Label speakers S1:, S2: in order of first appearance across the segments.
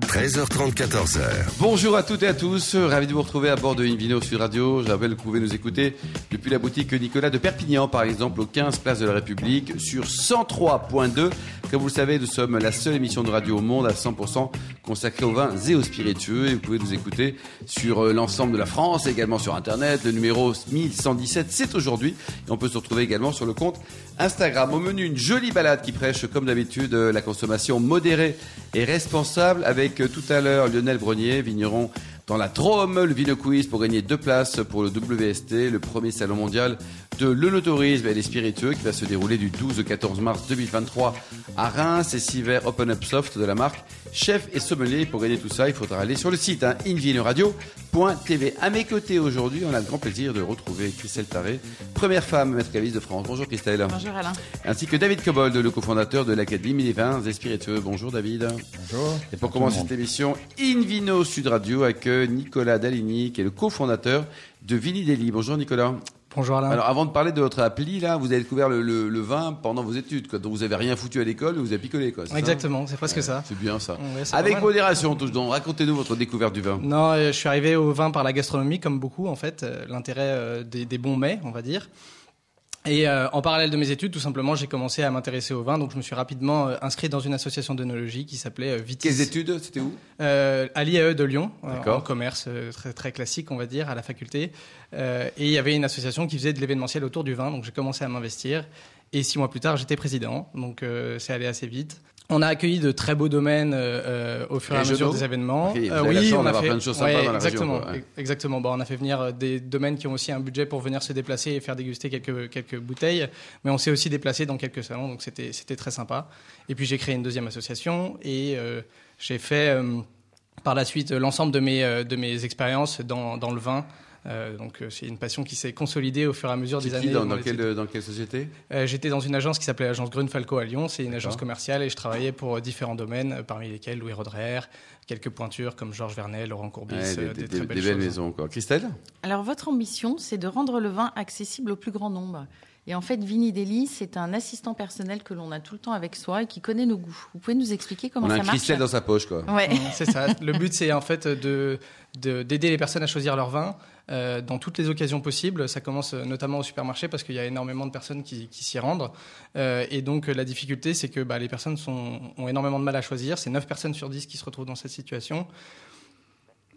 S1: 13h30, 14h.
S2: Bonjour à toutes et à tous, ravi de vous retrouver à bord de Invino Sud Radio. Je rappelle que vous pouvez nous écouter depuis la boutique Nicolas de Perpignan, par exemple, au 15 Place de la République, sur 103.2. Comme vous le savez, nous sommes la seule émission de radio au monde à 100% consacrée aux vins et aux spiritueux. Et vous pouvez nous écouter sur euh, l'ensemble de la France, également sur Internet. Le numéro 1117, c'est aujourd'hui. Et on peut se retrouver également sur le compte Instagram. Au menu, une jolie balade qui prêche, comme d'habitude, euh, la consommation modérée et responsable. Avec euh, tout à l'heure Lionel Brenier, vigneron dans la Drôme, le Vino Quiz pour gagner deux places pour le WST, le premier salon mondial de l'onotourisme et des spiritueux qui va se dérouler du 12 au 14 mars 2023 à Reims et 6 verres Open Up Soft de la marque Chef et Sommelier. Pour gagner tout ça, il faudra aller sur le site hein, invinoradio.tv. À mes côtés aujourd'hui, on a le grand plaisir de retrouver Christelle Taré, première femme maître caviste de France. Bonjour Christelle.
S3: Bonjour Alain.
S2: Ainsi que David Cobold, le cofondateur de l'Académie des vins et spiritueux. Bonjour David.
S4: Bonjour.
S2: Et pour commencer cette émission, Invino Sud Radio avec euh, Nicolas Daligny, qui est le cofondateur de Vini Deli. Bonjour Nicolas.
S5: Bonjour Alain.
S2: Alors avant de parler de votre appli, là, vous avez découvert le, le- le vin pendant vos études, quoi. Donc vous avez rien foutu à l'école, vous avez picolé, quoi. c'est ça
S5: Exactement, c'est presque ça.
S2: C'est bien ça.
S5: Ouais, c'est pas
S2: Avec
S5: mal.
S2: modération, touche donc. Racontez-nous votre découverte du vin.
S5: Non, euh, je suis arrivé au vin par la gastronomie, comme beaucoup en fait, euh, l'intérêt euh, des, des bons mets, on va dire. Et euh, en parallèle de mes études, tout simplement, j'ai commencé à m'intéresser au vin, donc je me suis rapidement euh, inscrit dans une association d'œnologie qui s'appelait euh, Vitis.
S2: Quelles études C'était où
S5: Euh, à l'IAE de Lyon, euh,
S2: D'accord.
S5: en commerce, euh, très, très classique, on va dire, à la faculté. Euh, et il y avait une association qui faisait de l'événementiel autour du vin, donc j'ai commencé à m'investir. Et six mois plus tard, j'étais président, donc euh, c'est allé assez vite. On a accueilli de très beaux domaines euh, euh, au fur et à
S2: Régionaux
S5: mesure des événements. Euh,
S2: Ok, vous avez la chance d'avoir plein de choses sympas
S5: ouais,
S2: dans la région,
S5: exactement,
S2: quoi, ouais.
S5: e- exactement. Bon, on a fait venir euh, des domaines qui ont aussi un budget pour venir se déplacer et faire déguster quelques quelques bouteilles, mais on s'est aussi déplacé dans quelques salons, donc c'était c'était très sympa. Et puis j'ai créé une deuxième association et euh, j'ai fait euh, par la suite euh, l'ensemble de mes, euh, de mes expériences dans, dans le vin. Euh, donc euh, c'est une passion qui s'est consolidée au fur et à mesure des
S2: C'était
S5: années.
S2: qui, dans,
S5: dans
S2: dans
S5: les
S2: quelle,
S5: études.
S2: dans quelle société
S5: Euh, J'étais dans une agence qui s'appelait l'agence Grunfalco à Lyon. C'est une
S2: D'accord.
S5: agence commerciale et je travaillais pour euh, différents domaines, euh, parmi lesquels Louis Roderer, quelques pointures comme Georges Vernet, Laurent Courbis,
S2: Ouais,
S5: euh,
S2: Des, des-
S5: des très
S2: des
S5: belles
S2: belles
S5: choses.
S2: maisons, quoi. Christelle
S3: Alors votre ambition, c'est de rendre le vin accessible au plus grand nombre. Et en fait, Vini Deli, c'est un assistant personnel que l'on a tout le temps avec soi et qui connaît nos goûts. Vous pouvez nous expliquer comment
S2: On a
S3: ça
S2: un
S3: marche
S2: Christelle dans sa poche, quoi.
S3: Ouais.
S5: C'est ça. Le but, c'est en fait de de- d'aider les personnes à choisir leur vin euh, dans toutes les occasions possibles. Ça commence euh, notamment au supermarché parce qu'il y a énormément de personnes qui, qui s'y rendent. Euh, et donc euh, la difficulté, c'est que bah, les personnes sont, ont énormément de mal à choisir. C'est 9 personnes sur 10 qui se retrouvent dans cette situation.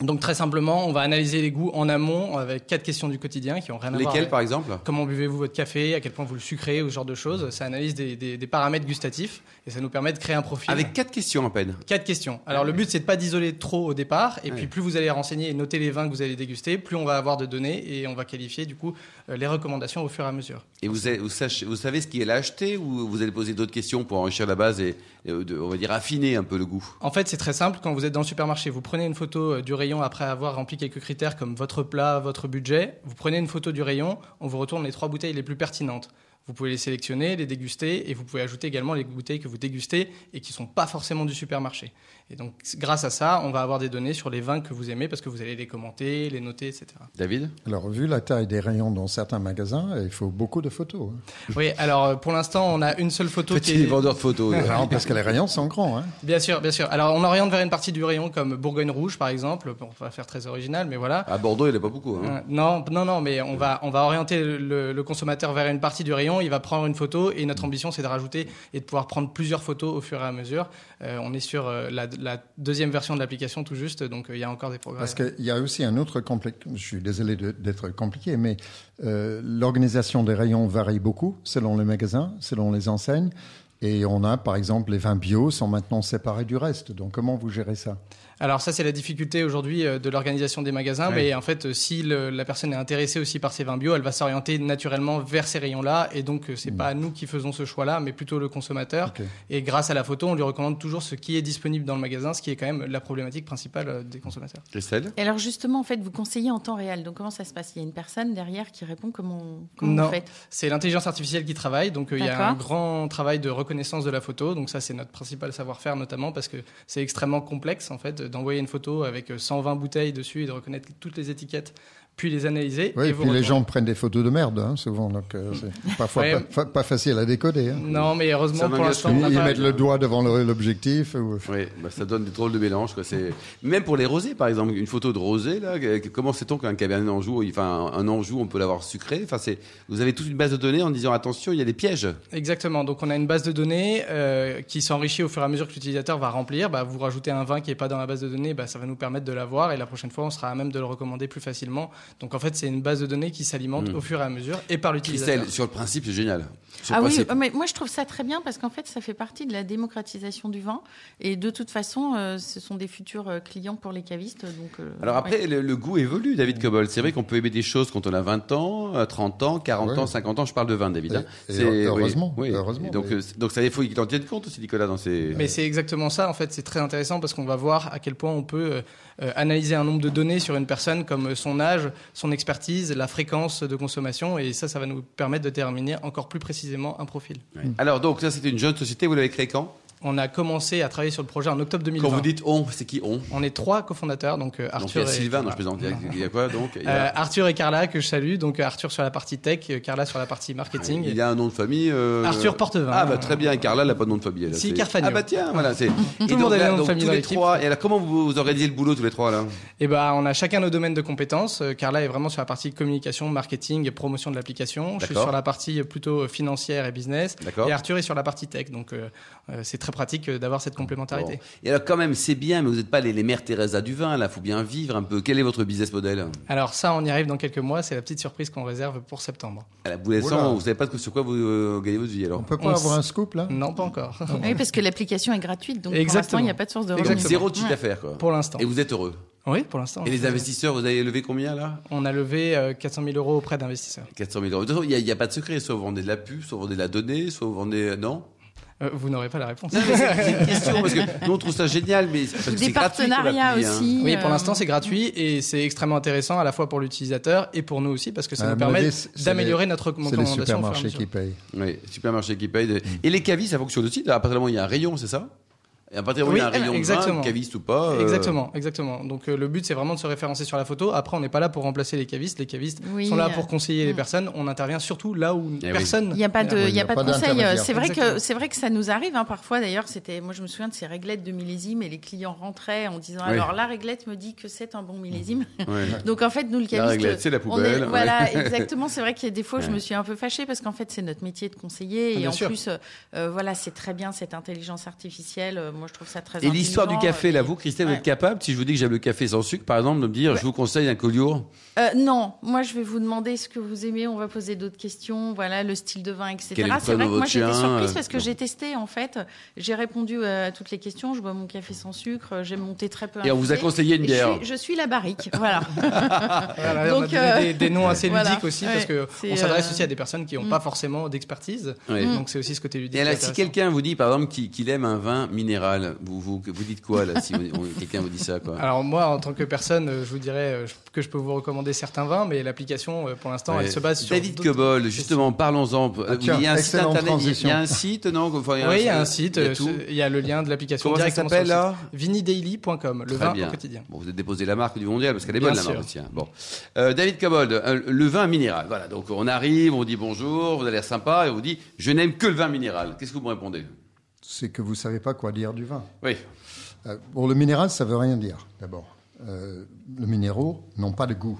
S5: Donc très simplement, on va analyser les goûts en amont avec quatre questions du quotidien qui ont rien à voir.
S2: Lesquelles,
S5: avec-
S2: par exemple
S5: Comment buvez-vous votre café À quel point vous le sucrez Ou ce genre de choses. Ça analyse des, des- des paramètres gustatifs et ça nous permet de créer un profil.
S2: Avec quatre questions à peine.
S5: Quatre questions. Alors le but c'est de pas d'isoler trop au départ et
S2: Ouais.
S5: puis plus vous allez renseigner et noter les vins que vous allez déguster, plus on va avoir de données et on va qualifier du coup euh, les recommandations au fur et à mesure.
S2: Et vous, avez- vous, sachez- vous savez ce qui est là acheté ou vous allez poser d'autres questions pour enrichir la base et, et, euh, de- on va dire, affiner un peu le goût
S5: En fait, c'est très simple. Quand vous êtes dans le supermarché, vous prenez une photo euh, du rayon après avoir rempli quelques critères comme votre plat, votre budget. Vous prenez une photo du rayon, on vous retourne les trois bouteilles les plus pertinentes. Vous pouvez les sélectionner, les déguster et vous pouvez ajouter également les bouteilles que vous dégustez et qui ne sont pas forcément du supermarché. Et donc, c- grâce à ça, on va avoir des données sur les vins que vous aimez parce que vous allez les commenter, les noter, etc.
S2: David
S4: Alors, vu la taille des rayons dans certains magasins, il faut beaucoup de photos. hein.
S5: Oui, alors euh, pour l'instant, on a une seule photo
S2: Petit
S5: qui est...
S2: vendeur de photos.
S4: Alors, parce que les rayons sont grands. hein.
S5: Bien sûr, bien sûr. Alors on oriente vers une partie du rayon comme Bourgogne rouge par exemple, Bon, on va faire très original mais voilà.
S2: À Ah, Bordeaux, il n'y en a pas beaucoup. hein.
S5: Euh, Non, non, non, mais on va, on va orienter le- le, le consommateur vers une partie du rayon, il va prendre une photo et notre ambition c'est de rajouter et de pouvoir prendre plusieurs photos au fur et à mesure. Euh, on est sur euh, la, la deuxième version de l'application tout juste, donc euh, il y a encore des progrès.
S4: Parce qu'il y a aussi un autre complexe. Je suis désolé de- d'être compliqué, mais euh, l'organisation des rayons varie beaucoup selon les magasins, selon les enseignes. Et on a, par exemple, les vins bio sont maintenant séparés du reste. Donc, comment vous gérez ça
S5: Alors ça, c'est la difficulté aujourd'hui euh, de l'organisation des magasins.
S2: Ouais.
S5: Mais en fait, euh, si le- la personne est intéressée aussi par ces vins bio, elle va s'orienter naturellement vers ces rayons-là. Et donc, euh,
S4: Mm.
S5: c'est pas nous qui faisons ce choix-là, mais plutôt le consommateur.
S4: Ok.
S5: Ah. Et grâce à la photo, on lui recommande toujours ce qui est disponible dans le magasin, ce qui est quand même la problématique principale euh, des consommateurs.
S2: Christelle
S3: Et alors justement, en fait, vous conseillez en temps réel. Donc comment ça se passe Il y a une personne derrière qui répond comment, comment
S5: Non.
S3: vous faites
S5: C'est l'intelligence artificielle qui travaille, donc euh, il y a
S3: D'accord.
S5: un grand travail de reconnaissance de la photo. Donc ça, c'est notre principal savoir-faire, notamment parce que c'est extrêmement complexe en fait euh, d'envoyer une photo avec euh, 120 bouteilles dessus et de reconnaître toutes les étiquettes puis les analyser.
S4: Oui, et,
S5: et vous
S4: puis les
S5: retourner.
S4: gens prennent des photos de merde, hein, souvent, donc euh, c'est parfois
S5: Ouais.
S4: pas, fa- pas facile à décoder. hein.
S5: Non, mais
S2: Ça
S5: heureusement pour
S2: m'engage
S5: l'instant,
S2: pas.
S4: Ils,
S5: on n'a
S4: ils
S5: pas-
S4: mettent le doigt devant le- l'objectif. ou-
S2: Oui, bah, ça donne des drôles de mélanges. Quoi. C'est... Même pour les rosés, par exemple, une photo de rosé, là, que- comment sait-on qu'un cabernet Anjou, enfin un Anjou, on peut l'avoir sucré enfin, c'est... Vous avez toute une base de données en disant attention, il y a des pièges.
S5: Exactement. Donc on a une base de données euh, qui s'enrichit au fur et à mesure que l'utilisateur va remplir. Bah, vous rajoutez un vin qui n'est pas dans la base de données, bah, ça va nous permettre de l'avoir et la prochaine fois on sera à même de le recommander plus facilement. Donc en fait c'est une base de données qui s'alimente
S2: Mm.
S5: au fur et à mesure et par l'utilisateur.
S2: Christelle, sur le principe, c'est génial. Sur
S3: Ah
S2: le
S3: oui,
S2: principe.
S3: mais moi je trouve ça très bien parce qu'en fait ça fait partie de la démocratisation du vin et de toute façon euh, ce sont des futurs euh, clients pour les cavistes donc. euh,
S2: Alors
S3: ouais.
S2: après, le, le goût évolue,
S5: Mm.
S2: David Cobol. C'est vrai qu'on peut aimer des choses quand on a 20 ans, euh, 30 ans, 40
S4: Ouais.
S2: ans, 50 ans. Je parle de vin, David. hein.
S4: Et- et heureusement, heureusement,
S2: Et donc,
S4: mais-
S2: euh, c'est- donc ça, il faut qu'il en tienne compte aussi, Nicolas, dans ses...
S5: Mais c'est exactement ça, en fait, c'est très intéressant parce qu'on va voir à quel point on peut euh, euh, analyser un nombre de données sur une personne comme euh, son âge, son expertise, la fréquence de consommation, et ça, ça va nous permettre de déterminer encore plus précisément un profil.
S2: Ouais. Alors donc, ça, c'était une jeune société. Vous l'avez créée quand
S5: On a commencé à travailler sur le projet en octobre 2020.
S2: Quand vous dites « on », c'est qui « on »
S5: On est trois cofondateurs, donc euh,
S2: Donc il y
S5: Arthur
S2: a
S5: et
S2: Sylvain, non, je plaisante. Il y a- il y a quoi, donc Il y a-
S5: Euh, Arthur et Carla que je salue, donc euh, Arthur sur la partie tech, euh, Carla sur la partie marketing.
S2: Ah, Il y a un nom de famille. euh,
S5: Arthur Portevin.
S2: Ah bah très bien, et Carla elle n'a pas de nom de famille. Elle,
S5: Si,
S2: c'est-
S5: Carfagno.
S2: Ah bah tiens, voilà. Tout
S5: le monde avait un nom de famille
S2: tous
S5: dans
S2: les
S5: l'équipe.
S2: trois. Et alors comment vous, vous organisez le boulot tous les trois là
S5: Et ben on a chacun nos domaines de compétences. Euh, Carla est vraiment sur la partie communication, marketing et promotion de l'application. Je suis
S2: D'accord.
S5: sur la partie euh, plutôt euh, financière et business.
S2: D'accord.
S5: Et Arthur est sur la partie tech, donc euh, euh, c'est très pratique euh, d'avoir cette complémentarité.
S2: Bon. Et alors quand même, c'est bien, mais vous n'êtes pas les, les mères Teresa du vin là. Faut bien vivre un peu. Quel est votre business model
S5: Alors ça, on y arrive dans quelques mois. C'est la petite surprise qu'on réserve pour septembre.
S2: À la boule
S4: Oula.
S2: vous savez pas de- sur quoi vous euh, gagnez votre vie alors.
S4: On peut pas
S5: On
S4: avoir
S5: s-
S4: un scoop là
S5: Non, pas
S2: Ah
S5: encore.
S3: Oui parce que l'application est gratuite donc pour
S5: Exactement.
S3: l'instant il n'y a pas de source de
S2: Donc,
S3: revenus.
S5: Exactement.
S2: zéro cheat
S3: Ouais.
S2: à faire quoi.
S5: pour l'instant.
S2: Et vous êtes heureux.
S5: Oui, pour l'instant.
S2: Et les investisseurs, vous avez levé combien là
S5: On a levé euh, 400 000 euros auprès d'investisseurs.
S2: 400 000 euros. De toute façon, il n'y a, pas de secret. Soit vous vendez de la pub, soit vous vendez de la donnée, soit vous vendez. Non
S5: Euh, vous n'aurez pas la réponse.
S2: Non, mais c'est c'est une question, parce que nous on trouve ça génial, mais c'est- parce que
S3: Des
S2: c'est gratuit, qu'on
S3: partenariats
S2: l'appli, hein.
S3: aussi.
S5: Oui, pour
S3: euh,
S5: l'instant, c'est gratuit et c'est extrêmement intéressant à la fois pour l'utilisateur et pour nous aussi parce que ça
S4: Euh, À
S5: nous
S4: mon
S5: permet
S4: avis, c'est- c'est
S5: d'améliorer
S4: les-
S5: notre
S4: C'est les
S5: recommandation. au fur et à
S4: supermarchés
S5: mesure.
S4: qui payent.
S2: Oui, supermarché qui paye. des- Et les cavistes, ça fonctionne aussi. À partir du moment où il y a un rayon, c'est ça Et à partir du moment où il y a un
S5: Oui,
S2: rayon de vin,
S5: exactement.
S2: caviste ou pas. euh,
S5: Exactement, exactement. Donc euh, le but c'est vraiment de se référencer sur la photo. Après, on n'est pas là pour remplacer les cavistes. Les cavistes
S3: Oui,
S5: sont là
S3: euh,
S5: pour conseiller les
S3: mm.
S5: personnes. On intervient surtout là où
S2: Eh oui.
S5: personne.
S3: Il n'y a pas de,
S4: Oui,
S3: il y a pas de conseil.
S4: d'intermédiaire.
S3: C'est vrai que
S5: Exactement.
S3: c'est vrai que ça nous arrive hein, parfois. D'ailleurs, c'était, moi je me souviens de ces réglettes de millésime et les clients rentraient en disant
S2: Oui.
S3: alors la réglette me dit que c'est un bon millésime.
S2: ouais.
S3: Donc en fait nous le
S2: La
S3: caviste,
S2: réglette, c'est la
S3: on est-
S2: poubelle. ouais.
S3: voilà exactement. C'est vrai qu'il y a des fois je
S2: Ouais.
S3: me suis un peu fâchée parce qu'en fait c'est notre métier de conseiller et
S5: Bien
S3: en
S5: sûr.
S3: plus euh, euh, voilà c'est très bien cette intelligence artificielle. Euh, Moi je trouve ça très.
S2: Et l'histoire du
S3: intelligent,
S2: café,
S3: euh,
S2: là,
S3: et-
S2: vous, Christelle, vous
S3: Ouais.
S2: êtes capable, si je vous dis que j'aime le café sans sucre, par exemple, de me dire, je vous conseille un collioure
S3: Euh, non, moi je vais vous demander ce que vous aimez, on va poser d'autres questions, voilà, le style de vin, etc.
S2: Quel est le
S3: C'est
S2: prénom de
S3: vrai que moi
S2: votre
S3: j'étais
S2: chien,
S3: surprise
S2: euh,
S3: parce que
S2: non.
S3: j'ai testé en fait, j'ai répondu euh, à toutes les questions, je bois mon café sans sucre, j'aime mon thé très peu.
S2: Et on vous a
S3: infusé.
S2: conseillé une
S3: Et Bah, je suis-
S2: bière.
S3: Je, suis la barrique, voilà.
S5: Voilà, on a
S3: Donc,
S5: donné
S3: euh,
S5: des, des noms assez ludiques
S3: voilà.
S5: aussi
S3: Ouais,
S5: parce que
S3: c'est,
S5: on s'adresse
S3: euh,
S5: aussi à des personnes qui n'ont
S3: mm.
S5: pas forcément d'expertise.
S2: Ouais.
S5: Donc c'est aussi ce côté ludique.
S2: Et
S5: qui est
S2: là, si
S5: intéressant.
S2: quelqu'un vous dit, par exemple, qu'il qu'il aime un vin minéral, vous, vous, vous dites quoi, là, si on- on- quelqu'un vous dit ça, quoi
S5: Alors moi, en tant que personne, euh, je vous dirais euh, je- que je peux vous recommander certains vins, mais l'application, euh, pour l'instant,
S2: Ouais.
S5: elle se base sur...
S2: David
S5: d'autres- Ah,
S2: Cobol, justement, parlons-en. Euh,
S4: tiens,
S2: il y a un site
S4: excellente
S2: internet, il y a- il y
S4: transition.
S2: a un site, non Enfin,
S5: Oui, il y a un site,
S2: il y a
S5: euh,
S2: tout.
S5: ce- il y a le lien de l'application
S2: Comment ça
S5: directement
S2: s'appelle,
S5: sur le
S2: là
S5: site. vinidaily.com, le
S2: Très
S5: vin
S2: bien.
S5: au quotidien.
S2: Bon, vous avez déposé la marque du mondial parce qu'elle est
S5: Bien
S2: bonne la
S5: sûr.
S2: marque. Tiens. Bon. Euh, David Cabold, euh, le vin minéral. Voilà, donc on arrive, on dit bonjour, vous avez l'air sympa et on vous dit je n'aime que le vin minéral. Qu'est-ce que vous me répondez
S4: C'est que vous savez pas quoi dire du vin.
S2: Oui.
S4: Euh, Bon, le minéral, ça veut rien dire, d'abord. Euh, les minéraux n'ont pas de goût.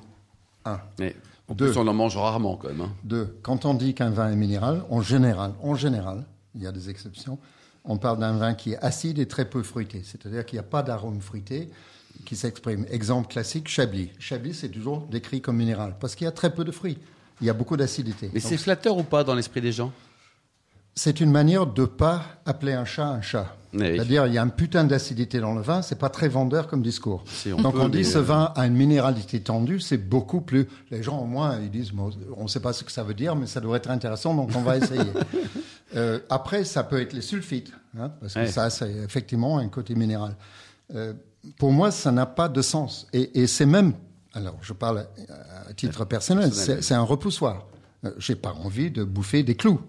S4: Un.
S2: Mais en
S4: Deux.
S2: plus, on en mange rarement quand même. hein.
S4: Deux, quand on dit qu'un vin est minéral, en général, en général, il y a des exceptions, on parle d'un vin qui est acide et très peu fruité, c'est-à-dire qu'il n'y a pas d'arôme fruité qui s'exprime. Exemple classique, Chablis. Chablis, c'est toujours décrit comme minéral parce qu'il y a très peu de fruits. Il y a beaucoup d'acidité.
S2: Mais
S4: Donc,
S2: c'est flatteur ou pas dans l'esprit des gens
S4: c'est une manière de pas appeler un chat un chat.
S2: Eh Oui.
S4: C'est-à-dire, il y a un putain d'acidité dans le vin, c'est pas très vendeur comme discours.
S2: Si, on
S4: Donc
S2: peut,
S4: on dit
S2: mais,
S4: ce
S2: euh,
S4: vin a une minéralité tendue, c'est beaucoup plus. Les gens au moins ils disent, bon, on ne sait pas ce que ça veut dire, mais ça devrait être intéressant, donc on va essayer. Euh, après, ça peut être les sulfites, hein, parce que
S2: Ouais.
S4: ça, c'est effectivement un côté minéral. Euh, pour moi, ça n'a pas de sens, et, et c'est même. Alors, je parle euh, à- à titre personnel,
S2: Personnel,
S4: c'est- c'est un repoussoir. Euh, J'ai pas envie de bouffer des clous.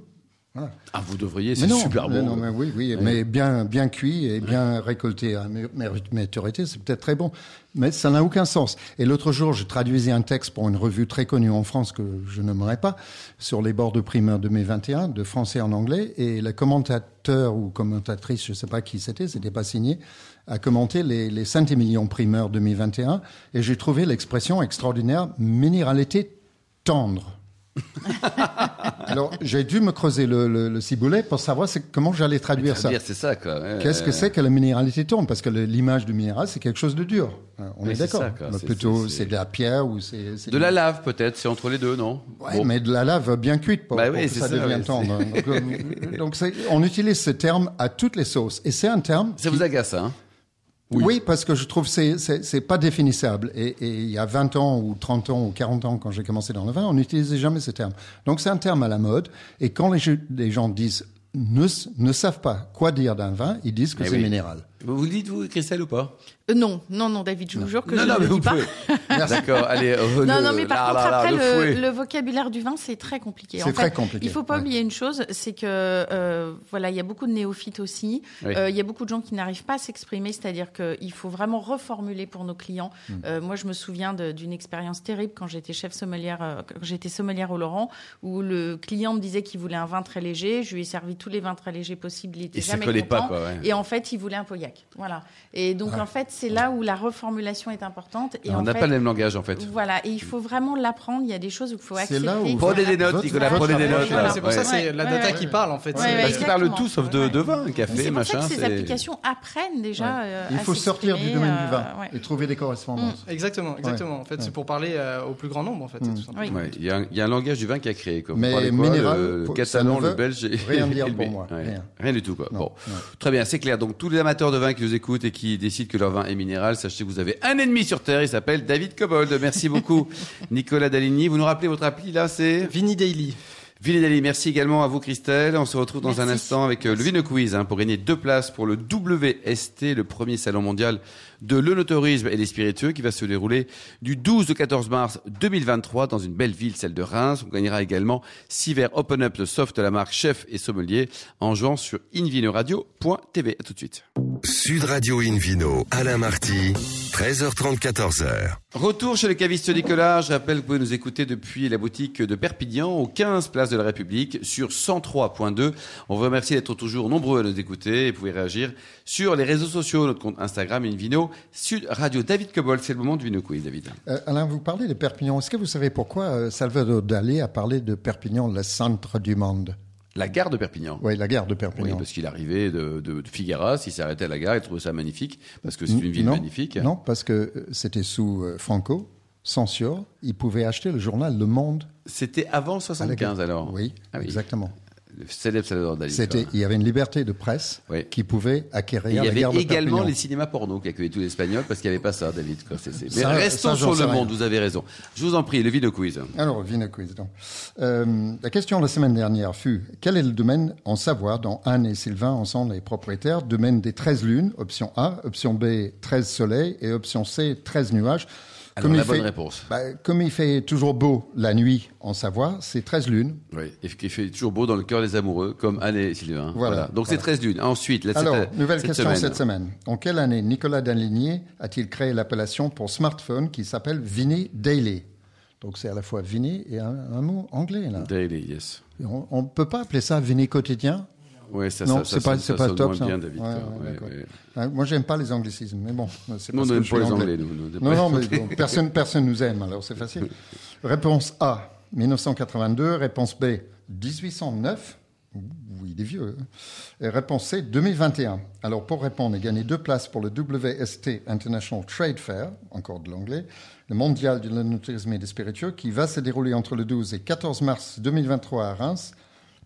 S4: Voilà.
S2: Ah, vous devriez,
S4: Mais
S2: c'est
S4: non,
S2: super
S4: mais
S2: bon.
S4: non, mais oui, oui, mais bien, bien cuit et bien récolté à mé- mé- maturité, c'est peut-être très bon. Mais ça n'a aucun sens. Et l'autre jour, je traduisais un texte pour une revue très connue en France que je nommerai pas, sur les bords de primaire de mai 21, de français en anglais, et le commentateur ou commentatrice, je sais pas qui c'était, c'était pas signé, a commenté les, les Saint-Émilion primeurs 2021, et j'ai trouvé l'expression extraordinaire, minéralité tendre. Alors, j'ai dû me creuser le, le- le ciboulet pour savoir c'est- comment j'allais traduire ça.
S2: C'est-à-dire, c'est ça, quoi. Ouais,
S4: Qu'est-ce que
S2: ouais.
S4: c'est que la minéralité tourne Parce que le- l'image du minéral, c'est quelque chose de dur. Hein, On
S2: Oui,
S4: est
S2: c'est
S4: d'accord.
S2: ça, quoi.
S4: Bah,
S2: C'est-
S4: Plutôt,
S2: c'est- c'est-
S4: c'est de la pierre ou c'est. c'est
S2: De la lave, peut-être, c'est entre les deux, non
S4: Ouais,
S2: Bon.
S4: mais de la lave bien cuite pour,
S2: Bah
S4: pour
S2: oui,
S4: que
S2: c'est
S4: ça,
S2: ça,
S4: devienne
S2: ouais,
S4: tendre. Donc, euh, donc c'est- on utilise ce terme à toutes les sauces. Et c'est un terme.
S2: Ça vous agace, hein
S4: Oui. parce que je trouve que c'est- c'est c'est pas définissable. Et, et il y a 20 ans ou 30 ans ou 40 ans, quand j'ai commencé dans le vin, on n'utilisait jamais ce terme. Donc c'est un terme à la mode. Et quand les, jeux- les gens disent ne, s- ne savent pas quoi dire d'un vin, ils disent que
S2: Eh
S4: c'est
S2: oui.
S4: minéral.
S2: Vous vous le dites, vous, Christelle, ou pas
S3: Euh, non, non, non, David, je vous jure que je ne
S2: mais
S3: le dis
S2: vous
S3: pas.
S2: pouvez. D'accord, allez. euh,
S3: Non,
S2: le-
S3: non, mais par
S2: là,
S3: contre,
S2: là, là,
S3: après,
S2: le
S3: le,
S2: fouet.
S3: le vocabulaire du vin, c'est très compliqué.
S4: C'est
S3: En fait,
S4: très compliqué,
S3: Il faut pas
S4: ouais.
S3: oublier une chose, c'est que euh, voilà, il y a beaucoup de néophytes aussi. Euh,
S2: Oui.
S3: Il y a beaucoup de gens qui n'arrivent pas à s'exprimer, c'est-à-dire qu'il faut vraiment reformuler pour nos clients.
S2: Hmm.
S3: Euh, moi, je me souviens de- d'une expérience terrible quand j'étais chef sommelière, euh, quand j'étais sommelière au Laurent, où le client me disait qu'il voulait un vin très léger. Je lui ai servi tous les vins très légers possibles. Il était
S2: Et ça
S3: jamais
S2: collait
S3: content.
S2: pas, quoi. ouais.
S3: Et en fait, il voulait un Pauillac. Voilà. Et donc, en fait, c'est là où la reformulation est importante. Et
S2: On
S3: en
S2: n'a
S3: fait,
S2: pas le même langage, en fait.
S3: voilà, et il faut vraiment l'apprendre. Il y a des choses où il faut
S4: C'est
S3: accepter.
S4: là où-
S3: qu'il faut
S2: Prenez des
S3: apprendre.
S2: notes,
S4: Votre-
S2: Nicolas,
S4: votre
S2: prenez des
S4: travail.
S2: notes. là.
S5: Voilà, c'est pour ça,
S2: Ouais.
S5: c'est la
S3: Ouais,
S5: data
S3: ouais.
S5: qui parle en fait.
S3: Ouais,
S5: C'est-
S3: ouais,
S2: Parce qu'ils parlent de tout sauf de,
S3: exactement.
S2: de vin,
S3: C'est
S2: café,
S3: pour
S2: machin.
S3: ça que ces applications apprennent déjà. euh,
S4: Il
S3: à
S4: faut sortir du
S3: s'exprimer,
S4: domaine
S3: euh,
S4: du vin
S3: ouais.
S4: et trouver des correspondances.
S5: Exactement, exactement. En fait, c'est pour parler euh, au plus grand nombre en fait.
S2: Mm.
S5: c'est tout simplement.
S3: Oui.
S2: Ouais, Il y, a un- il y a un langage du vin qui a créé. Quoi. Vous
S4: Mais
S2: parlez quoi,
S4: minéral,
S2: le, le
S4: pour-
S2: catalan,
S4: ça ne
S2: le
S4: veut
S2: belge et
S4: rien dire
S2: et le
S4: pour
S2: B.
S4: moi,
S2: Ouais,
S4: rien.
S2: du tout. Quoi.
S4: Non,
S2: bon.
S4: non.
S2: Très bien, c'est clair. Donc tous les amateurs de vin qui nous écoutent et qui décident que leur vin est minéral, sachez que vous avez un ennemi sur Terre, il s'appelle David Cobold. Merci beaucoup Nicolas Daligny. Vous nous rappelez votre appli là, c'est
S5: Vinny Daily.
S2: Ville Daly, merci également à vous Christelle. On se retrouve dans
S3: Merci.
S2: un instant avec euh, le Vino Quiz hein, pour gagner deux places pour le WST, le premier salon mondial de l'œnotourisme et des spiritueux qui va se dérouler du 12 au 14 mars 2023 dans une belle ville, celle de Reims. On gagnera également six verres Open Up de soft de la marque Chef et Sommelier en jouant sur invinoradio.tv. À tout de suite.
S1: Sud Radio Invino, Alain Marty, 13h30, 14h.
S2: Retour chez le caviste Nicolas. Je rappelle que vous pouvez nous écouter depuis la boutique de Perpignan, au 15 Place de la République, sur 103.2. On vous remercie d'être toujours nombreux à nous écouter et vous pouvez réagir sur les réseaux sociaux, notre compte Instagram, Invino, Sud Radio. David Cobol, c'est le moment du Vino Quiz, David.
S3: Mm.
S4: Euh, Alain, vous parlez de Perpignan. Est-ce que vous savez pourquoi euh, Salvador Dali a parlé de Perpignan, le centre du monde
S2: La gare de Perpignan.
S4: Oui, la gare de
S2: Oui,
S4: Perpignan.
S2: parce qu'il arrivait de, de, de Figueras, il s'arrêtait à la gare, il trouvait ça magnifique, parce que c'est une ville
S4: non,
S2: magnifique.
S4: Non, parce que euh, c'était sous euh, Franco, censure. Il pouvait acheter le journal Le Monde.
S2: C'était avant
S4: à la gare.
S2: 75 alors
S4: Oui,
S2: Ah oui.
S4: exactement.
S2: Le célèbre Salvador Dali.
S4: C'était,
S2: quoi.
S4: il y avait une liberté de presse
S2: Oui.
S4: qui pouvait acquérir
S2: Et il y
S4: la gare de
S2: avait également
S4: Perpignan.
S2: les cinémas porno qui accueillaient tous les Espagnols parce qu'il n'y avait pas ça, David. quoi. C'est- c'est- Mais
S4: Ça,
S2: restons
S4: ça, j'en
S2: sur
S4: sais
S2: le
S4: rien.
S2: monde, vous avez raison. Je vous en prie, le vide quiz.
S4: Alors, Vino Quiz. Donc. Euh, la question la semaine dernière fut quel est le domaine en savoir dont Anne et Sylvain en sont les propriétaires Domaine des 13 lunes, option A, option B, 13 soleils et option C, 13 nuages.
S2: Alors, la bonne réponse.
S4: bah, comme il fait toujours beau la nuit en Savoie, c'est 13 lunes.
S2: Oui, et qui fait toujours beau dans le cœur des amoureux, comme Anne et Sylvain. Voilà.
S4: Voilà.
S2: Donc c'est
S4: Voilà.
S2: 13 lunes. Ensuite, la
S4: Alors,
S2: cette-
S4: nouvelle
S2: cette
S4: question
S2: semaine.
S4: cette semaine. En quelle année Nicolas Daligné a-t-il créé l'appellation pour smartphone qui s'appelle Vini Daily Donc, c'est à la fois Vini et un, un mot anglais, là.
S2: Daily, yes.
S4: On ne peut pas appeler ça Vini quotidien
S2: Ouais, ça, ça, ça,
S4: Non, c'est pas-
S2: sonne-
S4: c'est
S2: ça
S4: pas
S2: sonne
S4: top,
S2: moins
S4: ça.
S2: bien, David.
S4: Ouais,
S2: quoi.
S4: ouais,
S2: Ouais,
S4: d'accord.
S2: ouais.
S4: Ah, Moi, j'aime pas les anglicismes, mais bon, c'est
S2: Nous, on
S4: parce que
S2: n'aime
S4: je
S2: pas
S4: suis
S2: les
S4: anglais.
S2: Anglais, nous. nous,
S4: Non, non, mais bon, personne, personne nous aime, alors c'est facile. réponse A, 1982. Réponse B, 1809. Oui, il est vieux. hein. Et réponse C, 2021. Alors, pour répondre et gagner deux places pour le WST International Trade Fair, encore de l'anglais, le mondial de l'annotourisme et des spiritueux, qui va se dérouler entre le 12 et 14 mars 2023 à Reims,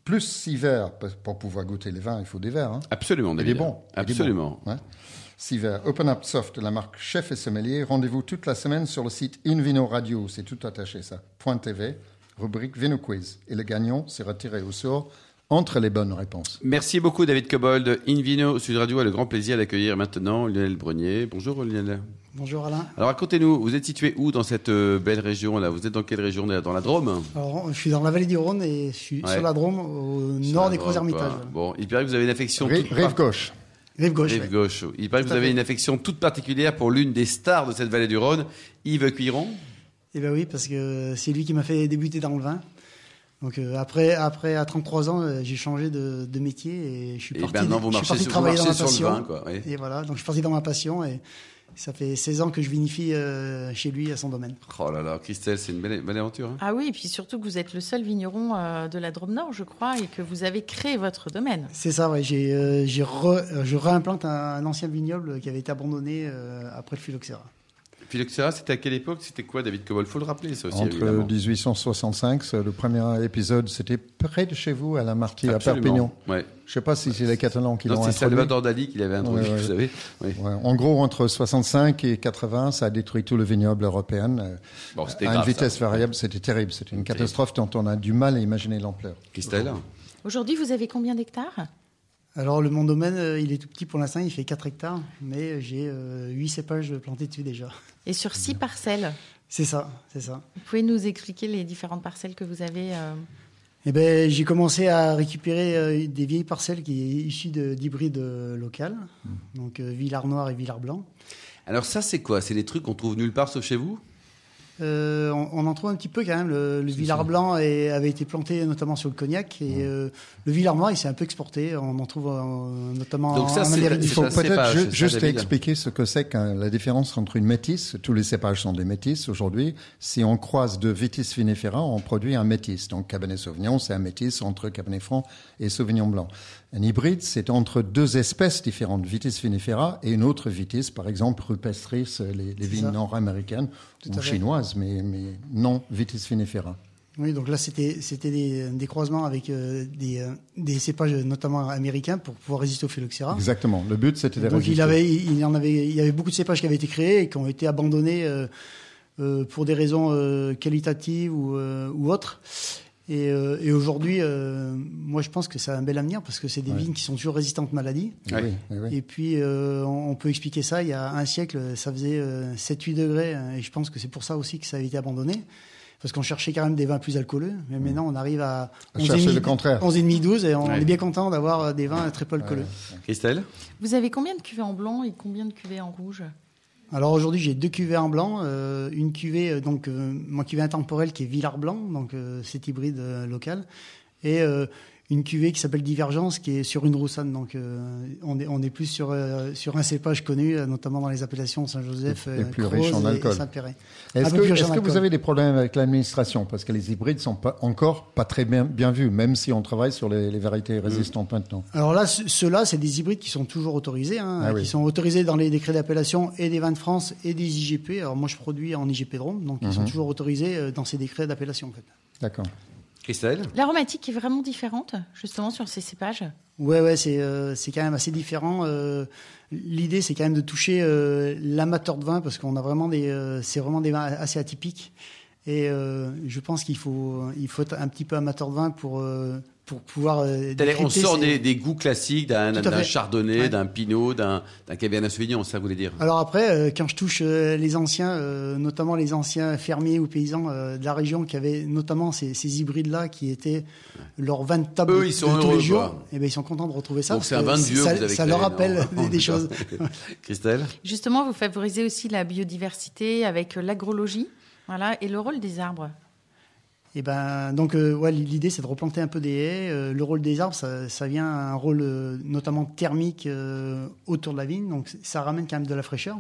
S4: plus six verres, parce que pour pouvoir goûter les vins, il faut des verres. hein.
S2: Absolument,
S4: Il
S2: David.
S4: est bon. il est
S2: Absolument.
S4: bon. Ouais. Siver, Open Up Soft, la marque Chef et Sommelier. Rendez-vous toute la semaine sur le site Invino Radio, c'est tout attaché ça, point .tv, rubrique Vino Quiz. Et le gagnant sera tiré au sort entre les bonnes réponses.
S2: Merci beaucoup, David Cobold. Invino Sud Radio a le grand plaisir d'accueillir maintenant Lionel Brunier. Bonjour, Lionel.
S6: Bonjour Alain.
S2: Alors racontez-nous, vous êtes situé où dans cette euh, belle région là Vous êtes dans quelle région Dans la Drôme
S6: Alors, je suis dans la vallée du Rhône et je suis
S2: Ouais.
S6: sur la Drôme, au
S2: Sur
S6: nord
S2: la
S6: des
S2: Drôme,
S6: Croix Hermitage.
S2: quoi. Bon, il paraît que vous avez une affection.
S4: Ré-
S2: toute
S4: Rive
S2: par-
S4: gauche.
S6: Rive gauche.
S2: Rive
S6: ouais.
S2: gauche. Il paraît que
S6: Tout
S2: vous
S6: à
S2: avez
S6: fait.
S2: une affection toute particulière pour l'une des stars de cette vallée du Rhône, Yves Cuiron.
S6: Eh ben oui, parce que c'est lui qui m'a fait débuter dans le vin. Donc euh, après, après, à 33 ans, euh, j'ai changé de, de métier et je suis
S2: Et
S6: parti,
S2: maintenant, Eh ben vous
S6: je suis
S2: marchez
S6: parti
S2: sur- vous
S6: travailler dans ma
S2: marchez sur
S6: passion.
S2: le vin, quoi, oui.
S6: Et voilà, donc je suis parti dans ma passion et ça fait 16 ans que je vinifie euh, chez lui à son domaine.
S2: Oh là là, Christelle, c'est une belle, belle aventure. hein.
S3: Ah oui, et puis surtout que vous êtes le seul vigneron euh, de la Drôme Nord, je crois, et que vous avez créé votre domaine.
S6: C'est ça, ouais, j'ai, euh, j'ai re- euh, je réimplante un, un ancien vignoble qui avait été abandonné euh, après le phylloxéra.
S2: Phylloxera, c'était à quelle époque C'était quoi, David Cobol Faut le rappeler, ça aussi,
S4: Entre
S2: évidemment.
S4: 1865, c'est le premier épisode, c'était près de chez vous, à la Marty, à
S2: Absolument.
S4: Perpignan.
S2: Ouais.
S4: Je sais pas si c'est les Catalans qui
S2: Non,
S4: l'ont
S2: c'est
S4: introduit.
S2: Salvador Dali qui l'avait introduit,
S4: Ouais, ouais.
S2: vous savez. Oui.
S4: Ouais, en gros, entre 65 et 80, ça a détruit tout le vignoble européen. euh,
S2: Bon, c'était
S4: à
S2: grave,
S4: une vitesse
S2: ça.
S4: variable, c'était terrible. C'était une catastrophe dont on a du mal à imaginer l'ampleur.
S2: Christelle
S3: Aujourd'hui, vous avez combien d'hectares
S6: Alors le mon domaine, euh, il est tout petit pour l'instant, il fait 4 hectares, mais euh, j'ai 8 cépages plantés dessus déjà.
S3: Et sur six parcelles.
S6: C'est ça, c'est ça.
S3: Vous pouvez nous expliquer les différentes parcelles que vous avez euh,
S6: Eh ben, j'ai commencé à récupérer euh, des vieilles parcelles qui est issues de- d'hybrides euh, locales,
S2: Mmh.
S6: donc euh, Villard Noir et Villard Blanc.
S2: Alors ça, c'est quoi C'est des trucs qu'on trouve nulle part sauf chez vous
S6: Euh, on, on en trouve un petit peu quand même. Le, le Villard Blanc est- avait été planté notamment sur le cognac
S2: Mmh.
S6: et euh, le Villard Noir, il s'est un peu exporté. On en trouve euh, notamment
S2: Donc ça,
S6: en
S2: c'est-
S6: Amérique du
S4: Il
S2: c'est
S6: Sud.
S4: faut
S2: un
S4: peut-être
S2: cépage,
S4: ju-
S2: c'est ça,
S4: juste
S2: David
S4: expliquer ce que c'est que euh, la différence entre une métisse. Tous les cépages sont des métisses aujourd'hui. Si on croise deux vitis vinifera, on produit un métis. Donc Cabernet Sauvignon, c'est un métis entre Cabernet Franc et Sauvignon Blanc. Un hybride, c'est entre deux espèces différentes, vitis vinifera et une autre vitis, par exemple rupestris, euh, les, les vignes
S6: ça.
S4: nord-américaines
S6: à
S4: ou
S6: fait.
S4: chinoises, mais, mais non vitis vinifera.
S6: Oui, donc là, c'était c'était des, des croisements avec euh, des, euh, des cépages notamment américains pour pouvoir résister au phylloxéra.
S4: Exactement. Le but, c'était de
S6: Ah. Donc
S4: résister.
S6: il avait, il y en avait, il y avait beaucoup de cépages qui avaient été créés et qui ont été abandonnés euh, euh, pour des raisons euh, qualitatives ou, euh, ou autres. Et, euh, et aujourd'hui, euh, moi je pense que ça a un bel avenir parce que c'est des
S4: Ouais.
S6: vignes qui sont toujours résistantes maladies.
S4: Oui, oui, Eh oui.
S6: Et puis euh, on, on peut expliquer ça. Il y a un siècle, ça faisait 7-8 degrés hein, et je pense que c'est pour ça aussi que ça a été abandonné. Parce qu'on cherchait quand même des vins plus alcooleux, mais maintenant on arrive à
S4: Hmm. À chercher
S6: 11,5,
S4: le contraire.
S6: 11,5-12 et on
S2: Ouais.
S6: est bien content d'avoir euh, des vins très peu alcooleux.
S2: Christelle
S3: Vous avez combien de cuvées en blanc et combien de cuvées en rouge
S6: Alors aujourd'hui, j'ai deux cuvées en blanc, euh, une cuvée euh, donc euh, ma cuvée intemporelle qui est Villard Blanc, donc euh, cet hybride euh, local, et euh, une cuvée qui s'appelle Divergence qui est sur une roussanne. Donc euh, on est on est plus sur euh, sur un cépage connu, euh, notamment dans les appellations Saint-Joseph, euh,
S4: Et plus riche en
S6: Croze et-
S4: alcool.
S6: et Saint-Péret. Un
S4: Est-ce
S6: peu
S4: que,
S6: plus riche
S4: est-ce
S6: en
S4: que vous
S6: alcool.
S4: avez des problèmes avec l'administration Parce que les hybrides sont pas, encore pas très bien, bien vus, même si on travaille sur les, les variétés résistantes maintenant.
S6: Alors là, ce- ceux-là, c'est des hybrides qui sont toujours autorisés, hein,
S4: Ah
S6: qui
S4: oui.
S6: sont autorisés dans les décrets d'appellation et des vins de France et des IGP. Alors moi, je produis en IGP Drôme, donc ils
S4: Mhm.
S6: sont toujours autorisés euh, dans ces décrets d'appellation en fait.
S4: D'accord.
S2: Christelle
S3: L'aromatique est vraiment différente, justement, sur ces cépages.
S6: Ouais, ouais, c'est euh, c'est quand même assez différent. Euh, L'idée, c'est quand même de toucher euh, l'amateur de vin parce qu'on a vraiment des, euh, c'est vraiment des vins assez atypiques. Et euh, je pense qu'il faut, il faut être un petit peu amateur de vin pour euh, pour pouvoir. euh,
S2: C'est-à-dire, On
S6: décrypter
S2: sort
S6: ces-
S2: des, des goûts classiques d'un
S6: Tout à
S2: d'un
S6: fait.
S2: chardonnay,
S6: Ouais.
S2: d'un pinot, d'un d'un cabernet sauvignon, ça vous voulez dire
S6: Alors après, euh, quand je touche euh, les anciens, euh, notamment les anciens fermiers ou paysans euh, de la région qui avaient notamment ces, ces hybrides-là qui étaient leurs vins de table
S2: Eux,
S6: de-
S2: ils sont
S6: de tous
S2: heureux,
S6: les jours,
S2: quoi.
S6: et ben, ils sont contents de retrouver ça.
S2: Donc
S6: parce
S2: c'est un
S6: que
S2: vin de vieux
S6: ça,
S2: que vous avez
S6: ça
S2: créé,
S6: leur
S2: non
S6: rappelle des- des choses.
S2: Christelle
S3: Justement, vous favorisez aussi la biodiversité avec euh, l'agrologie. Voilà, et le rôle des arbres.
S6: Et ben donc euh, ouais, l'idée c'est de replanter un peu des haies. Euh, le rôle des arbres, ça, ça vient à un rôle euh, notamment thermique euh, autour de la vigne, donc c- ça ramène quand même de la fraîcheur.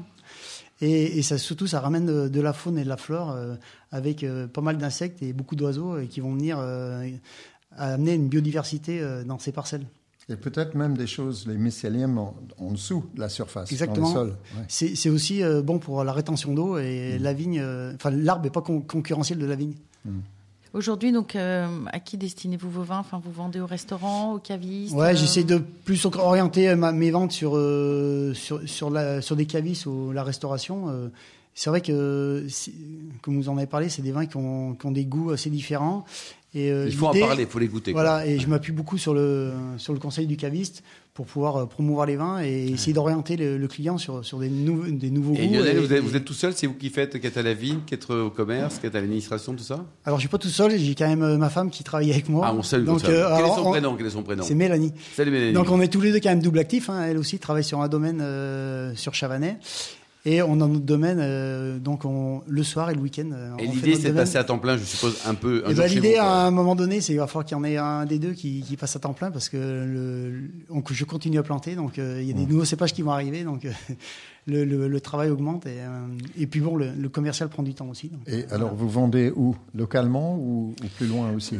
S6: Et, et ça, surtout, ça ramène de, de la faune et de la flore euh, avec euh, pas mal d'insectes et beaucoup d'oiseaux euh, qui vont venir euh, amener une biodiversité euh, dans ces parcelles.
S4: Et peut-être même des choses, les mycéliums en, en dessous de la surface,
S6: Exactement.
S4: dans le sol. Ouais.
S6: C'est c'est aussi euh, bon pour la rétention d'eau et la vigne. euh, Enfin, l'arbre n'est pas con- concurrentiel de la vigne.
S3: Aujourd'hui, donc, euh, à qui destinez-vous vos vins Enfin, vous vendez au restaurant, aux cavistes
S6: Ouais,
S3: euh,
S6: j'essaie de plus encore orienter euh, ma- mes ventes sur, euh, sur, sur, la, sur des cavistes ou la restauration. euh. C'est vrai que, c'est- comme vous en avez parlé, c'est des vins qui ont, qui ont des goûts assez différents. Et, euh,
S2: Il faut en
S6: l'idée-
S2: parler, il faut les goûter. quoi.
S6: Voilà, et je m'appuie beaucoup sur le, sur le conseil du caviste pour pouvoir euh, promouvoir les vins et essayer d'orienter le, le client sur, sur des, nou- des nouveaux
S2: Et
S6: goûts.
S2: Lionel,
S6: et-
S2: vous, êtes, vous êtes tout seul, c'est vous qui faites, qui êtes à la vigne, qui êtes au commerce, qui êtes à l'administration, tout ça
S6: Alors, je suis pas tout seul, j'ai quand même euh, ma femme qui travaille avec moi.
S2: Ah, on salue
S6: Donc,
S2: votre femme.
S6: euh,
S2: Quel est
S6: alors,
S2: son
S6: on-
S2: prénom Quel est son prénom
S6: C'est Mélanie.
S2: Salut Mélanie.
S6: Donc on est tous les deux quand même double actifs. hein. Elle aussi travaille sur un domaine euh, sur Chavanais. Et on a notre domaine, euh, donc on, le soir et le week-end. euh, on
S2: Et
S6: fait
S2: l'idée,
S6: notre
S2: c'est de
S6: domaine.
S2: passer à temps plein, je suppose, un peu. Un
S6: Et
S2: jour
S6: ben,
S2: chez
S6: l'idée
S2: vous, quoi.
S6: à un moment donné, c'est qu'il va falloir qu'il y en ait un des deux qui, qui passe à temps plein parce que le, on- je continue à planter, donc euh, il y a
S2: Mmh.
S6: des nouveaux cépages qui vont arriver, donc euh, le, le- le travail augmente et, euh, et puis bon, le, le commercial prend du temps aussi. donc.
S4: Et alors, vous vendez où Localement ou, ou plus loin aussi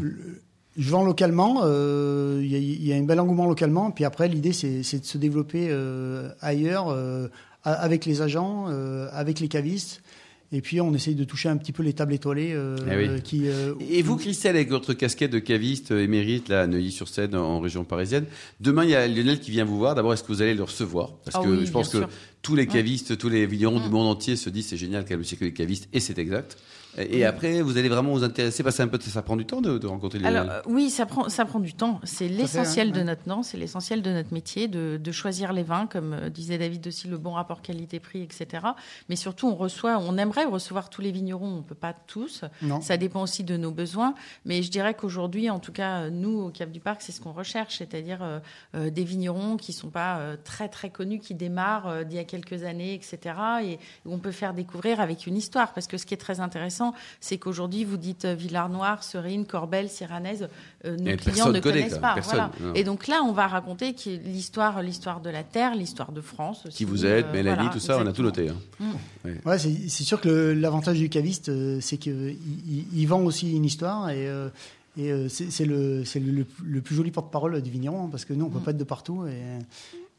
S6: Je vends localement, euh, il y, a- il y a un bel engouement localement, puis après l'idée c'est c'est de se développer euh, ailleurs, euh, a- avec les agents, euh, avec les cavistes, et puis on essaye de toucher un petit peu les tables étoilées euh,
S2: Eh oui.
S6: qui... euh,
S2: Et vous, Christelle, avec votre casquette de caviste euh, émérite, là, à Neuilly-sur-Seine, en région parisienne, demain, il y a Lionel qui vient vous voir. D'abord, est-ce que vous allez le recevoir Parce
S3: Ah
S2: que
S3: oui,
S2: je pense que
S3: bien sûr. Mm.
S2: tous les cavistes, tous les vignerons du monde entier se disent c'est génial qu'elle que les cavistes, et c'est exact. Et, et
S3: Mm.
S2: après, vous allez vraiment vous intéresser, parce que c'est un peu, ça prend du temps de, de rencontrer Lionel.
S3: Alors euh, oui, ça prend, ça prend du temps. C'est l'essentiel
S6: ouais.
S3: de notre nom, c'est l'essentiel de notre métier, de, de choisir les vins, comme euh, disait David aussi, le bon rapport qualité-prix, etc. Mais surtout, on reçoit, on aimerait recevoir tous les vignerons, on peut pas tous.
S2: Hein.
S6: Non.
S3: Ça dépend aussi de nos besoins. Mais je dirais qu'aujourd'hui, en tout cas, euh, nous, au Cap du Parc, c'est ce qu'on recherche, c'est-à-dire euh, euh, des vignerons qui sont pas euh, très très connus, qui démarrent euh, d'il y a quelques années, etc. Et où on peut faire découvrir avec une histoire. Parce que ce qui est très intéressant, c'est qu'aujourd'hui, vous dites euh, Villard Noir, Serine, Corbel, Séranaise, euh, nos
S2: Et
S3: clients
S2: personne
S3: ne
S2: connaît,
S3: connaissent
S2: quoi.
S3: pas.
S2: Personne,
S3: Voilà.
S2: non.
S3: Et donc là, on va raconter qui- l'histoire, l'histoire de la terre, l'histoire de France. aussi.
S2: qui vous aide,
S3: Euh,
S2: Mélanie,
S3: voilà,
S2: tout ça, on a tout
S3: exactement.
S2: noté. hein.
S6: Ouais, c'est c'est sûr que le- l'avantage du caviste, euh, c'est qu'il vend aussi une histoire et, euh, et euh, c'est c'est le, c'est le, le- le plus joli porte-parole du vigneron hein, parce que nous, on peut pas être de partout et,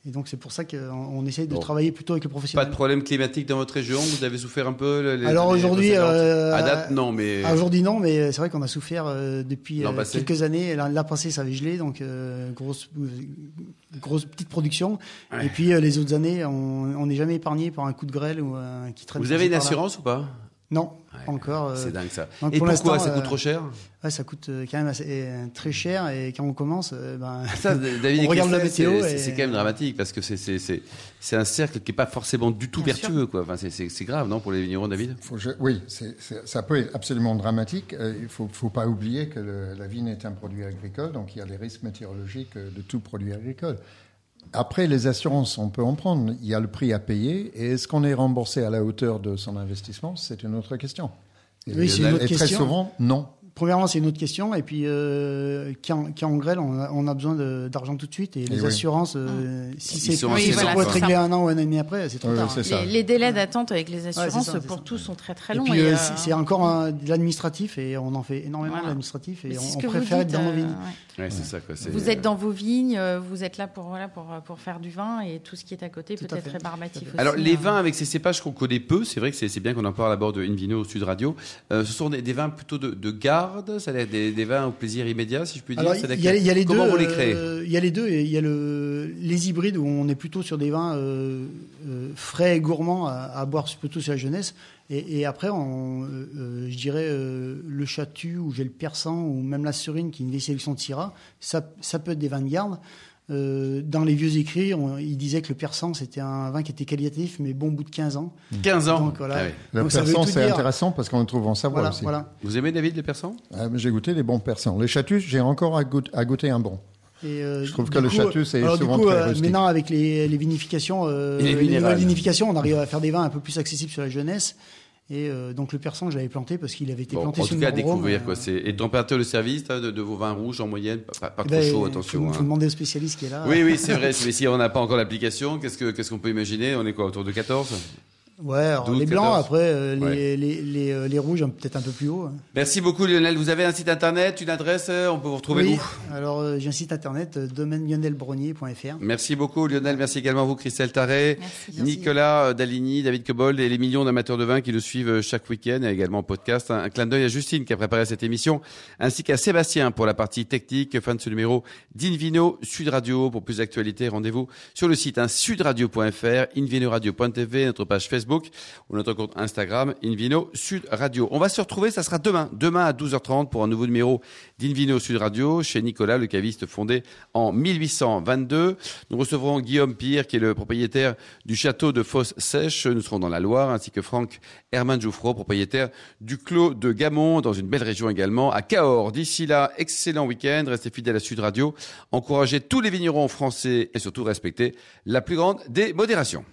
S6: et donc c'est pour ça qu'on on essaye de
S2: Bon.
S6: travailler plutôt avec le
S2: Pas
S6: professionnel.
S2: de problème climatique dans votre région Vous avez souffert un peu le- les-
S6: Alors
S2: les-
S6: aujourd'hui,
S2: les-
S6: euh,
S2: À date, non, mais.
S6: Ah, Aujourd'hui non, mais c'est vrai qu'on a souffert euh, depuis
S2: L'an
S6: euh,
S2: passé.
S6: quelques années. L'an l'an passé, ça avait gelé, donc euh, grosse, euh, grosse petite production. Et puis euh, les autres années, on on n'est jamais épargné par un coup de grêle ou un qui traîne.
S2: Vous
S6: par-ci,
S2: avez une
S6: par-là.
S2: assurance ou pas
S6: Non,
S2: Ouais,
S6: pas encore. euh,
S2: C'est dingue ça.
S6: donc,
S2: Et pourquoi
S6: pour l'instant,
S2: Ça coûte
S6: euh,
S2: trop cher
S6: Ouais, ça coûte euh, quand même assez, euh, très cher et quand on commence, euh, ben,
S2: Ça, David
S6: On
S2: et
S6: regarde la
S2: Christelle,
S6: météo
S2: c'est-
S6: et-
S2: C'est quand même dramatique parce que c'est- c'est c'est- c'est un cercle qui n'est pas forcément du tout
S3: Bien
S2: vertueux. Quoi. Enfin, c'est- c'est c'est grave, non, pour les vignerons, David
S4: Faut je- oui, c'est- c'est- ça peut être absolument dramatique. Euh, Il ne faut, faut pas oublier que le- la vigne est un produit agricole, donc il y a les risques météorologiques euh, de tout produit agricole. Après, les assurances, on peut en prendre. Il y a le prix à payer. Et est-ce qu'on est remboursé à la hauteur de son investissement C'est une autre question. Et,
S6: Oui, c'est une
S4: et
S6: autre
S4: très
S6: question.
S4: souvent, non.
S6: premièrement, c'est une autre question. Et puis, euh, quand, quand on grêle, on a, on a besoin de- d'argent tout de suite. Et les
S4: oui.
S6: assurances, euh, si
S2: Ah. Ils
S6: c'est
S2: sont
S6: si
S3: assez
S6: ça
S3: lents,
S6: peut être
S3: quoi.
S6: réglé un an ou un an et demi après, c'est trop
S4: Oui,
S6: tard.
S4: c'est
S6: hein.
S4: ça.
S3: Les, les délais d'attente avec les
S6: ça,
S3: assurances
S6: c'est
S3: pour
S6: ça.
S3: tout sont très très
S6: Et
S3: longs.
S6: puis, euh,
S3: euh,
S6: c'est c'est encore un- de l'administratif et on en fait énormément
S3: Voilà.
S6: de l'administratif
S3: mais
S6: et on,
S3: c'est ce
S6: on
S3: que vous
S6: préfère être
S3: dites,
S6: dans nos
S3: euh,
S6: vignes.
S3: ouais.
S2: ouais, c'est ça. Quoi. c'est-
S3: Vous êtes dans vos vignes, euh, vous êtes là pour, voilà, pour, euh, pour faire du vin et tout ce qui est à côté
S6: Tout à
S3: peut être
S6: fait.
S3: rébarbatif
S6: Tout à
S3: aussi.
S6: fait.
S2: Alors, les
S3: euh.
S2: vins avec ces cépages qu'on connaît peu, c'est vrai que c'est c'est bien qu'on en parle à bord de Invino Sud Radio. Euh, ce sont des, des vins plutôt de, de garde, ça a l'air des, des vins au plaisir immédiat, si je puis dire.
S6: Alors,
S2: ça a l'air
S6: il y, a-
S2: que-
S6: il y a les
S2: Comment
S6: deux.
S2: vous les créez
S6: euh, Il y a les deux. et Il y a le, les hybrides où on est plutôt sur des vins euh, euh, frais et gourmands à, à boire plutôt sur la jeunesse. Et, et après, on, euh, euh, je dirais euh, le chatu ou j'ai le persan ou même la surine qui est une vieille sélection de Syrah. Ça, ça peut être des vins de garde. Euh, dans les vieux écrits, on, il disait que le persan c'était un vin qui était qualitatif mais bon au bout de 15 ans.
S2: 15 ans.
S6: Donc voilà.
S2: Ah ouais.
S4: Le
S6: Donc, ça veut
S4: persan,
S6: tout
S4: c'est
S6: dire.
S4: intéressant parce qu'on le trouve en Savoie
S6: Voilà,
S4: aussi.
S6: voilà.
S2: Vous aimez David le persan
S4: Ah, mais J'ai goûté des bons persans. Le chatus, j'ai encore à goût- à goûter un bon.
S6: Et, euh,
S4: Je trouve
S6: du
S4: que le
S6: coup,
S4: Château, c'est
S6: alors,
S4: souvent
S6: du coup,
S4: très
S6: euh,
S4: rustique.
S6: Maintenant, avec les, les vinifications, euh,
S2: Et les minérales.
S6: les vinifications, on arrive à faire des vins un peu plus accessibles sur la jeunesse. Et euh, donc le persan, je l'avais planté parce qu'il avait été
S2: Bon,
S6: planté
S2: en
S6: sur
S2: tout
S6: le
S2: cas, à
S6: Morrone,
S2: découvrir.
S6: euh,
S2: Quoi. C'est- Et température de service t'as, de, de vos vins rouges en moyenne, pas, pas- pas
S6: eh
S2: trop
S6: ben,
S2: chaud,
S6: Faut,
S2: attention.
S6: faut
S2: hein.
S6: demander au spécialiste qui est là.
S2: Oui, oui, c'est vrai. Mais si on n'a pas encore l'application, qu'est-ce que- qu'est-ce qu'on peut imaginer On est quoi, autour de 14
S6: Ouais, alors,
S2: 12,
S6: les blancs,
S2: 14.
S6: après, euh, les,
S2: Ouais.
S6: les, les, euh, les rouges, un- peut-être un peu plus haut. hein.
S2: Merci beaucoup, Lionel. Vous avez un site internet, une adresse euh, On peut vous retrouver
S6: oui,
S2: où
S6: alors euh, j'ai un site internet, euh, domaine-lionelbrognier.fr.
S2: Merci beaucoup, Lionel. Merci également à vous, Christelle Taré,
S3: Merci.
S2: Nicolas euh, Dalini, David Cobold et les millions d'amateurs de vin qui le suivent euh, chaque week-end et également en podcast. Un, un clin d'œil à Justine qui a préparé cette émission, ainsi qu'à Sébastien pour la partie technique. Fin de ce numéro d'Invino Sud Radio. Pour plus d'actualités, rendez-vous sur le site hein, sudradio.fr, invinoradio.tv, notre page Facebook. Facebook ou notre compte Instagram Invino Sud Radio. On va se retrouver, ça sera demain, demain à 12h30 pour un nouveau numéro d'Invino Sud Radio chez Nicolas, le caviste fondé en 1822. Nous recevrons Guillaume Pierre, qui est le propriétaire du château de Fosse Sèche. Nous serons dans la Loire, ainsi que Franck Herman Jouffreau, propriétaire du Clos de Gamon, dans une belle région également, à Cahors. D'ici là, excellent week-end. Restez fidèles à Sud Radio. Encouragez tous les vignerons français et surtout respectez la plus grande des modérations.